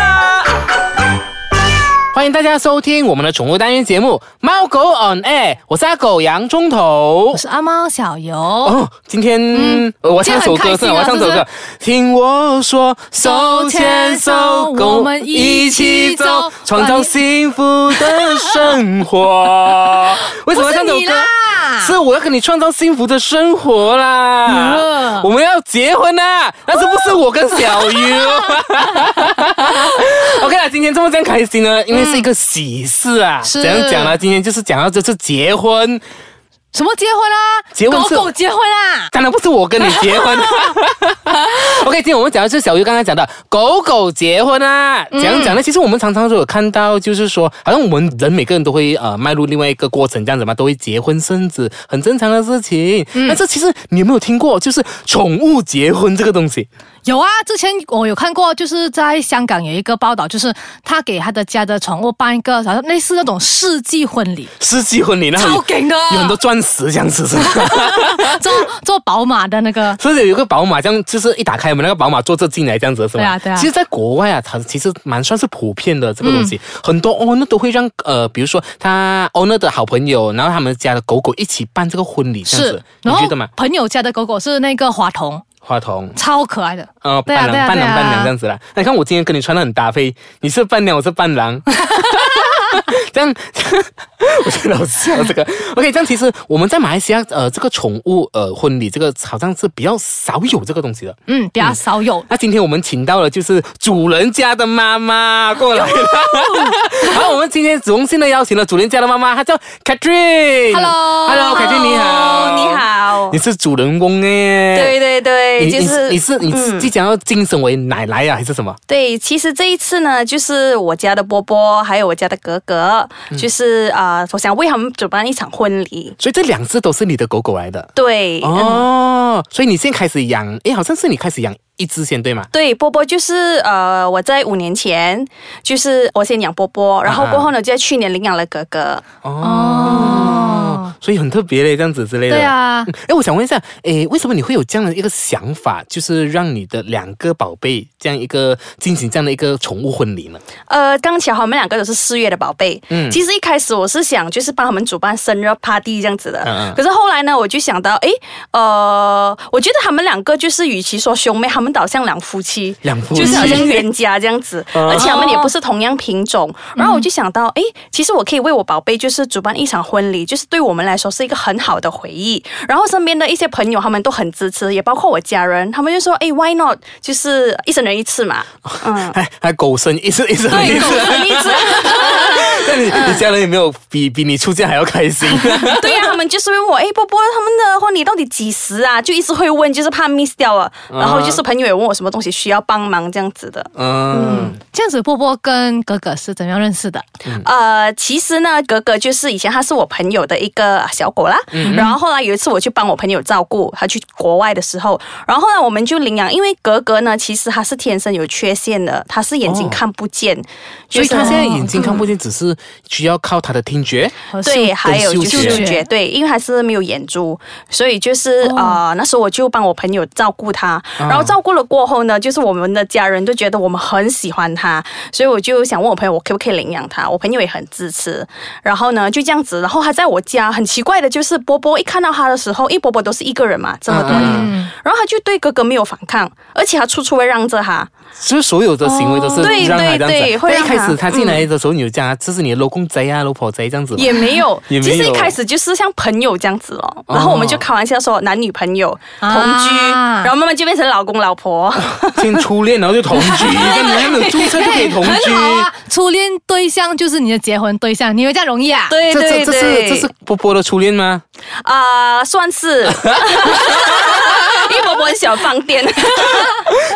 啊。欢迎大家收听我们的宠物单元节目《猫狗 on air》，我是阿狗杨中头我。是阿猫小游。哦，今天、呃我唱首歌是今天很开吗，心啊我唱首是歌不，听我说，手牵手，跟我我们们一一起起走走，创造幸福的生 活。为什么要唱不首是你歌啦？是我要跟你创造幸福的生活啦嗯！我们要结婚啦！但是不是我跟小 鱼 ？OK 啦，今天这么这样开心呢，因为是一个喜事啊。是怎样讲呢？今天就是讲到这次结婚，什么结婚啦、结婚狗是狗结婚啊啦、当然不是我跟你结婚。OK，今天我们讲的是小鱼刚刚讲的狗狗结婚啊，怎样讲呢？其实我们常常都有看到，就是说，好像我们人每个人都会呃迈入另外一个过程，这样子嘛，都会结婚生子，很正常的事情。但是其实你有没有听过，就是宠物结婚这个东西？有啊，之前我有看过，就是在香港有一个报道，就是他给他的家的宠物办一个，好像类似那种世纪婚礼，世纪婚礼那超啊劲的，哎有很多钻石这样子是吧？ 做做宝马的那个，所以有一个宝马，这样就是一打开门，那个宝马坐这进来这样子是吧？对啊对啊其实，在国外啊，它其实蛮算是普遍的这个东西，嗯很多 owner 都会让呃，比如说他 owner 的好朋友，然后他们家的狗狗一起办这个婚礼，这样是子，，你然后觉得吗？朋友家的狗狗是那个华童，话筒。超可爱的，呃，对啊伴对郎、啊伴对郎、啊伴娘这样子啦。那你看我今天跟你穿的很搭配，你是伴娘，我是伴 郎，这样， 我觉得好笑这个。OK，这样其实我们在马来西亚呃这个宠物呃婚礼这个好像是比较少有这个东西的。嗯，比较少有。啊那今天我们请到了就是主人家的妈妈过来了， 然后我们今天荣幸的邀请了主人家的妈妈，她叫 Catherine。 Hello，Hello， Hello，Catherine 你好，你，好，你是主人公哎。对对对，你就你是嗯你是你是即将要晋升为奶奶啊，还是什么？对，其实这一次呢，就是我家的波波还有我家的格格，嗯就是啊、呃我想为他们举办一场婚礼。所以这两只都是你的狗狗来的对，嗯哦。所以你现在开始养，诶，好像是你开始养一只先对吗？对，波波就是呃，我在五年前就是我先养波波，啊然后过后呢，就在去年领养了格格。哦，所以很特别嘞，这样子之类的。对啊嗯， 哎、我想问一下，哎，为什么你会有这样的一个想法，就是让你的两个宝贝这样一个进行这样的一个宠物婚礼呢？呃，刚巧我们两个都是四月的宝贝。嗯其实一开始我是想就是帮他们主办生日 party 这样子的，嗯嗯可是后来呢，我就想到，诶，呃，我觉得他们两个就是与其说兄妹，他们倒像两夫妻。两夫妻嗯就是好像冤家这样 子，而且他们也不是同样品种。然后我就想到，诶，其实我可以为我宝贝就是主办一场婚礼，就是对我们来说是一个很好的回忆。然后身边的一些朋友他们都很支持，也包括我家人，他们就说，诶 w h y not？就是一生人一次嘛。嗯，还哎还狗生 一只一只 一对，狗只， 生一嗯次。那你你家人有没有比比你出嫁还要开 心？对呀、他们就是问我，哎，波波他们的婚礼到底几时啊？就一直会问，就是怕 miss 掉了。然后就是朋友也问我什么东西需要帮忙这样子的。嗯，这样子，波波跟哥哥是怎么样认识的？呃，其实呢，格格就是以前他是我朋友的一个小狗啦。嗯然后后来有一次我去帮我朋友照顾，他去国外的时候，然后呢我们就领养，因为格格呢其实他是天生有缺陷的，他是眼睛哦看不见，所以就是他现在眼睛看不见，只是需要靠他的听觉。和对，秀还有跟嗅就呃是觉嗅觉，对，因为还是没有眼珠，所以就是、呃，那时候我就帮我朋友照顾他，然后照顾了过后呢，就是我们的家人都觉得我们很喜欢他，所以我就想问我朋友，我可不可以领养他？我朋友也很支持，然后呢就这样子，然后他在我家，很奇怪的就是波波一看到他的时候，因为波波都是一个人嘛，这么多年，嗯然后他就对哥哥没有反抗，而且他处处会让着他，就是所有的行为都是哦对让他对这样对子。啊会但一让开始他他进来的时候，你就讲他这是你的老公仔啊、老婆仔这样子吗。 也没有 ，也没有其实一开始就是像朋友这样子哦，然后我们就开玩笑说男女朋友同居，啊然后慢慢就变成老公老婆。 先初恋，然后就同居，这样你还没有注册就可以同居。很好啊，初恋对象就是你的结婚对象，你以为这样容易啊？对这对这这是对，这是波波的初恋吗？啊、算是， 因为我很喜欢放电。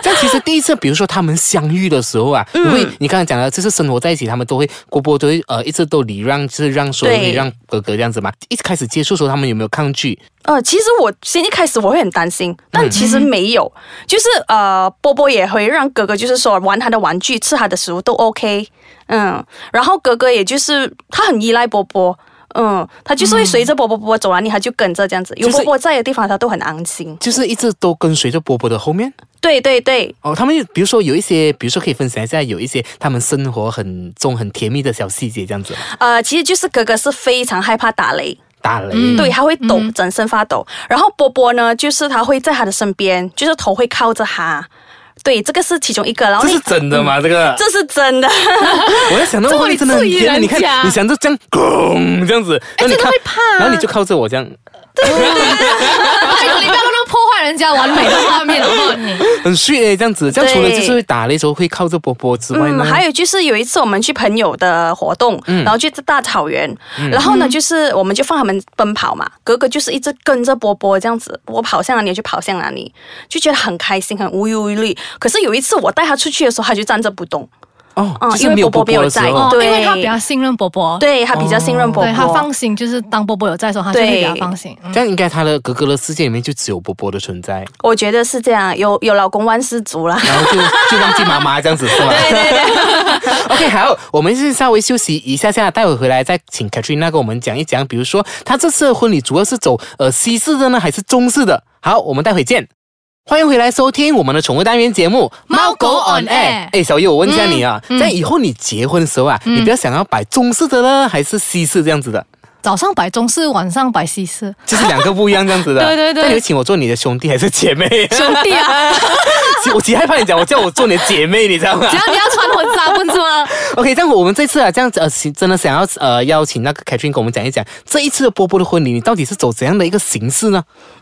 但其实第一次，比如说他们相遇的时候啊，因为你刚才讲的，就是生活在一起，他们都会波波都会呃一直都礼让，就是让所有对礼让哥哥这样子嘛。一开始接触的时候，他们有没有抗拒？呃，其实我先一开始我会很担嗯心，但其实没有，就是呃，波波也会让哥哥就是说玩他的玩具、吃他的食物都 OK，嗯，然后哥哥也就是他很依赖波波。嗯，它就是会随着波波波波走啊，你它就跟着这样子，嗯有就是波波在的地方它都很安心。就是一直都跟随着波波的后面对对对，哦。他们有比如说有一些，比如说可以分享一下，有一些他们生活很重、很甜蜜的小细节，这样子呃，其实就是哥哥是非常害怕打雷，打雷。嗯对，他会抖，整身发抖。然后波波呢，就是他会在他的身边，就是头会靠着他。对，这个是其中一个。然后这你是真的吗？这个，这是哦 真的，我在想到这么哇，你真的很自己甜啊！人你看家，你想就这样，咣这样子，然后你真的靠会怕啊然后你就靠着我这样，哎呦你不要乱破坏人家完美的画面，我告诉你。很睡诶，这样子。这样除了对就是会打雷的时候会靠着波波之外嗯，呢，还有嗯就是有一次我们去朋友的活动，然后去大草原，然后呢就是我们就放他们奔跑嘛，格格就是一直跟着波波这样子，我跑向哪里就跑向哪里，就觉得很开心，很无忧无虑。可是有一次我带他出去的时候，他就站着不动，哦，嗯就是因为没有波波波波的没有时在 候哦，对因为他比较信任波波，对他比较信任波波，哦对他放心，就是当波波有在的时候，他就会比较放心。嗯这样应该他的格格的世界里面就只有波波的存在，我觉得是这样，有有老公万事足啦。然后就就忘记妈妈这样子是 吗？对对对。OK，好，我们是稍微休息一下下，待会回来再请 Katrina 跟我们讲一讲，比如说她这次的婚礼主要是走呃西式的呢，还是中式的？好，我们待会见。欢迎回来收听我们的宠物单元节目《猫狗 on air 哎，小叶，我问一下你啊，嗯嗯在以后你结婚的时候啊，嗯你不要想要摆中式的呢，还是西式这样子的？早上摆中式，晚上摆西式，就是两个不一样这样子的。 对对对那你会请我做你的兄弟还是姐妹？兄弟啊，其 我其实害怕你讲我叫我做你的姐妹，你知道吗只要你要穿婚纱，不是吗？ ？OK，这样我们这次啊，这样子呃，请真的想要呃邀请那个凯 a 跟我们讲一讲这一次的波波的婚礼，你到底是走怎样的一个形式呢？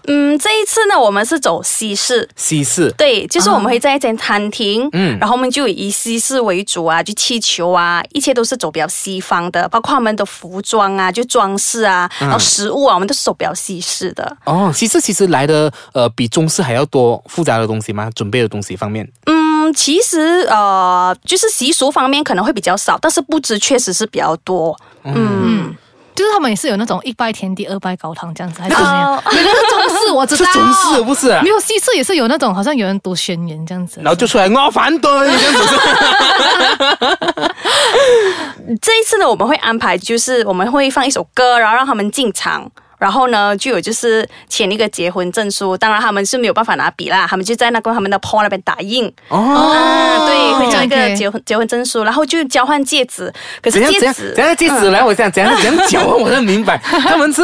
嗯，这一次呢，我们是走西式。西式。对，就是我们会在一间餐厅，嗯啊嗯，然后我们就以西式为主啊，就气球啊，一切都是走比较西方的，包括他们的服装啊，就装饰啊，然后食物啊，我们都是走比较西式的。哦，西式其实来的呃比中式还要多复杂的东西吗？准备的东西方面，嗯，其实呃，就是习俗方面可能会比较少，但是布置确实是比较多。嗯，就是他们也是有那种一拜天地，二拜高堂这样子，还是怎么样？哦那个是中式，我知是道。中式不是啊没有西式也是有那种，好像有人读宣言这样子。然后就出来我反对这样子是。嗯这一次呢，我们会安排就是我们会放一首歌，然后让他们进场。然后呢，就有就是签一个结婚证书，当然他们是没有办法拿笔啦，他们就在那个他们的 p o 那边打印，哦，啊，对，会交一 OK 个结婚结婚证书，然后就交换戒指。可是怎样怎戒样指怎样的戒指来？我讲怎样怎样教我才明白，他们是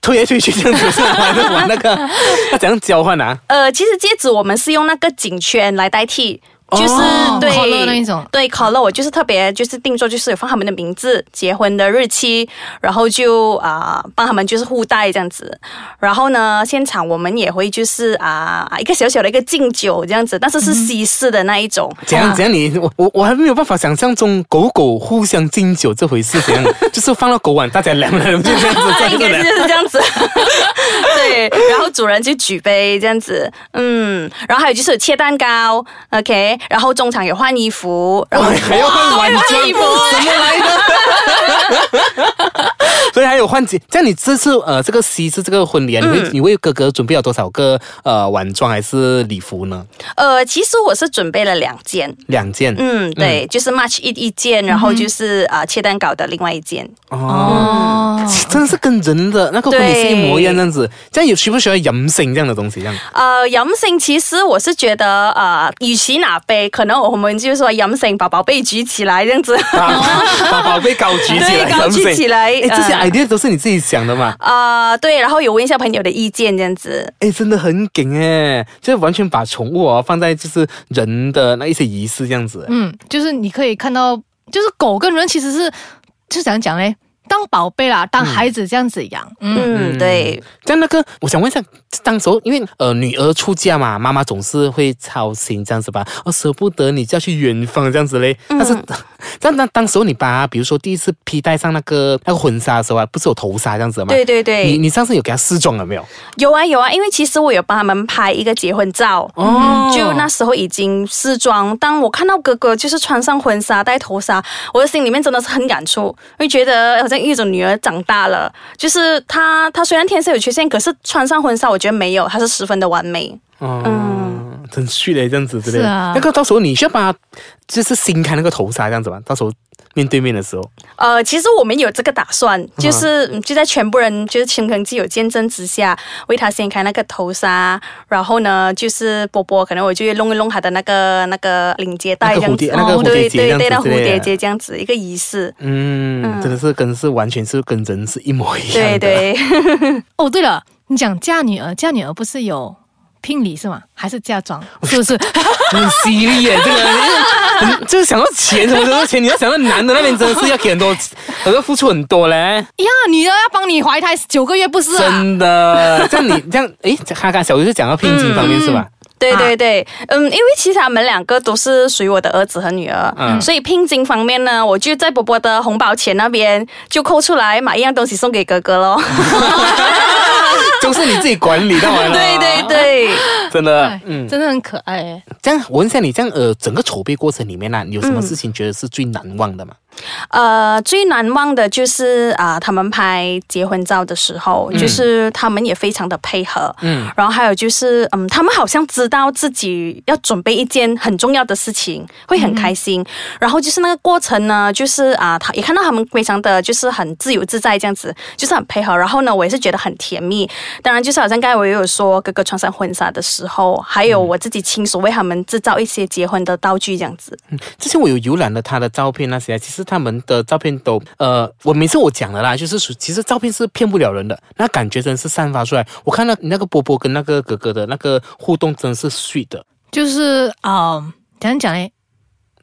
推来推去这样子是吗？还是玩那个？那怎样交换啊？呃，其实戒指我们是用那个颈圈来代替。就是、哦对 collar 那一种对 collar，我就是特别就是定做，就是有放他们的名字、结婚的日期，然后就啊、帮他们就是互戴这样子。然后呢，现场我们也会就是啊、一个小小的一个敬酒这样子，但是嗯是西式的那一种。啊怎样怎样你我我我还没有办法想象中狗狗互相敬酒这回事怎样， 就是放到狗碗大家凉了就这样子，这啊样子应该是凉。就是这样子，对，然后主人就举杯这样子，嗯，然后还有就是有切蛋糕，OK，然后中场有换衣服，然后哦哦还还要换碗装，换衣服怎么来的？ 所以还有换季，像你这次呃这个西式这个婚礼啊，你会、你为哥哥准备了多少个呃晚装还是礼服呢？呃，其实我是准备了两件，两件。嗯，对，就是 match 一一件，然嗯后就是啊、切蛋糕的另外一件，哦。哦，真的是跟人的那个婚礼是一模一样这样子，这样有需不需要隐性这样的东西？这样呃，阳性其实我是觉得呃，与其拿杯，可能我们就说阳性把宝贝举起来这样子， 把把宝贝高举起来，对高举隐性起来哎，这些呃 idea 都是你自己想的嘛？啊、对，然后有问一下朋友的意见这样子，哎，真的很梗哎，就是完全把宠物哦放在就是人的那一些仪式这样子。嗯，就是你可以看到，就是狗跟人其实是，就怎样讲嘞？当宝贝啦，当孩子这样子养，嗯，嗯，对。像那个，我想问一下，当时候因为呃女儿出嫁嘛，妈妈总是会操心这样子吧，哦舍不得你就要去远方这样子嘞。但是，但当当时候你把比如说第一次披戴上那个那个婚纱的时候啊，不是有头纱这样子吗？对对你对，你上次有给他试妆了没有？有啊有啊，因为其实我有帮他们拍一个结婚照。哦就那时候已经试妆，当我看到哥哥就是穿上婚纱戴头纱，我的心里面真的是很感触，会觉得好像一种女儿长大了。就是她，她虽然天生有缺陷，可是穿上婚纱，我觉得没有，她是十分的完美。嗯，很虚嘞，这样子之类的。是啊那个到时候你需要把它就是新开那个头纱这样子嘛，到时候面对面的时候？呃，其实我们有这个打算，就是、就在全部人就是亲朋戚友见证之下，为他掀开那个头纱，然后呢，就是波波可能我就会弄一弄他的那个那个领结那带个这样蝴子蝶，那个蝴蝶对结对这样子对，那之蝴类的蝶结这样子一个仪式，嗯，真的是跟是完全是跟人是一模一样对的。 对。哦，对了，你讲嫁女儿，嫁女儿不是有聘礼是吗？还是嫁妆？哎是不是？很犀利耶，这个人很就是想到钱，什么时候钱？你要想到男的那边真的是要给很多，很多付出很多嘞，呀，女儿要帮你怀胎九个月，不是啊？真的。像你这样，诶，刚刚小鱼是讲到聘金方面是吧？对对对，嗯，因为其实他们两个都是属于我的儿子和女儿，嗯所以聘金方面呢，我就在伯伯的红包钱那边就扣出来买一样东西送给哥哥咯。都是你自己管理到完了， 对对对，真的哎，嗯。真的很可爱耶。这样我问一下你，这样呃，整个筹备过程里面呢、啊你有什么事情觉得是最难忘的吗？呃，最难忘的就是啊、他们拍结婚照的时候，就是他们也非常的配合，嗯嗯，然后还有就是，嗯，他们好像知道自己要准备一件很重要的事情，会很开心。然后就是那个过程呢，就是啊，他也看到他们非常的就是很自由自在这样子，就是很配合。然后呢，我也是觉得很甜蜜。当然，就是好像刚才我也有说，哥哥穿上婚纱的时候，还有我自己亲手为他们制造一些结婚的道具这样子。之前我有浏览了他的照片那些，其实他们的照片都呃，我每次我讲的啦，就是属其实照片是骗不了人的，那感觉真是散发出来。我看到你那个波波跟那个哥哥的那个互动真是 sweet 的，就是嗯、呃，怎样讲呢？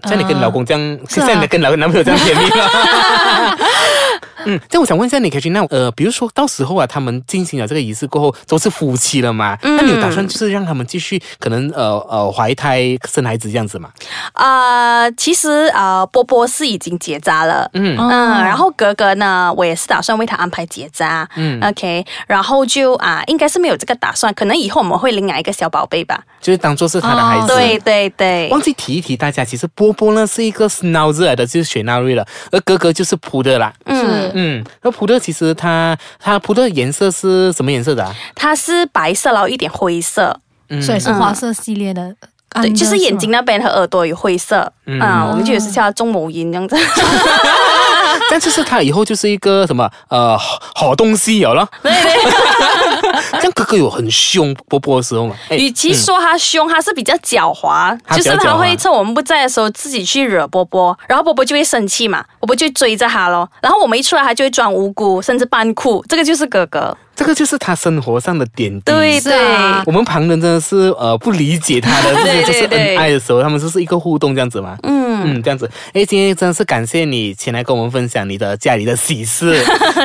像你跟呃老公这样，嗯是啊像你跟老男朋友这样甜蜜啊了。 嗯，这样我想问一下你，可以那呃，比如说到时候啊，他们进行了这个仪式过后，都是夫妻了嘛？嗯那你有打算就是让他们继续可能呃呃怀胎生孩子这样子嘛？啊、其实啊、波波是已经结扎了。嗯哦嗯，然后格格呢，我也是打算为他安排结扎，嗯嗯，OK，然后就啊，应该是没有这个打算，可能以后我们会领养一个小宝贝吧。就是当做是他的孩子。哦对对对，忘记提一提大家，其实波波呢是一个 snout 来的，就是雪纳瑞了，而哥哥就是普的啦。嗯，是嗯，那普的其实它它普的颜色是什么颜色的、啊？它是白色，然后一点灰色，嗯，所以是花色系列的，对，就是眼睛的。啊那边和耳朵有灰色，嗯啊，我们就也是叫它中某音这样子， 但就是它以后就是一个什么呃好好东西有了。对对。这样哥哥有很凶波波的时候嘛？哎与其说他凶，他是比较狡猾，他就比较是狡他猾会趁我们不在的时候自己去惹波波，然后波波就会生气嘛，波波就追着他咯，然后我们一出来，他就会装无辜，甚至扮酷，这个就是哥哥。这个就是他生活上的点滴。对是啊我们旁人真的是呃不理解他 的，这些对就是对对恩爱的时候，他们就是一个互动这样子嘛。嗯嗯，这样子，哎，今天真的是感谢你前来跟我们分享你的家里的喜 事，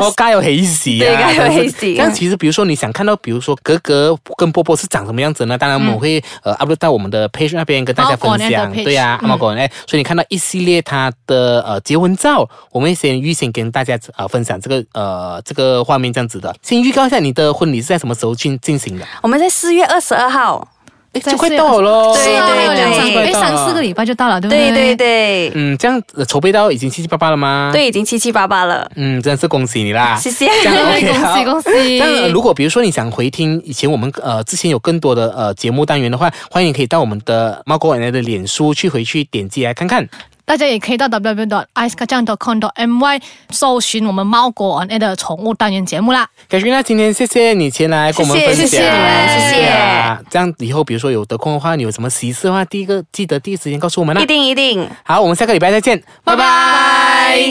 哦，家有喜事对啊，家有真是喜事但其实比如说你想看到，比如说格格跟波波是长什么样子呢？当然我们会、嗯呃 upload 到我们的 page 那边跟大家分猫果享那，个对呀、啊，阿猫狗哎，所以你看到一系列他的呃结婚照，我们先预先跟大家呃分享这个呃这个画面这样子的，先预告一下你的婚礼是在什么时候进进行的？我们在四月二十二号，哎，在就快到了哦，对是啊，对对两三对个快哎到了三四个礼拜就到了，对不对对对对，嗯，这样呃筹备到已经七七八八了吗？，对，已经七七八八了，嗯，真的是恭喜你啦，谢谢。这 样 OK， 恭好喜恭 喜！当然、呃如果比如说你想回听以前我们呃之前有更多的呃节目单元的话，欢迎可以到我们的猫狗奶奶的脸书去回去点击来看看。大家也可以到 w w i c e k a j a n g c o m m y 搜寻我们猫果 on air 的宠物单元节目啦。感谢那啊今天谢谢你前来跟我们谢分谢享，谢谢谢谢对啊这样以后比如说有得空的话，你有什么喜事的话，第一个记得第一时间告诉我们啦一。定一定。好，我们下个礼拜再见，拜拜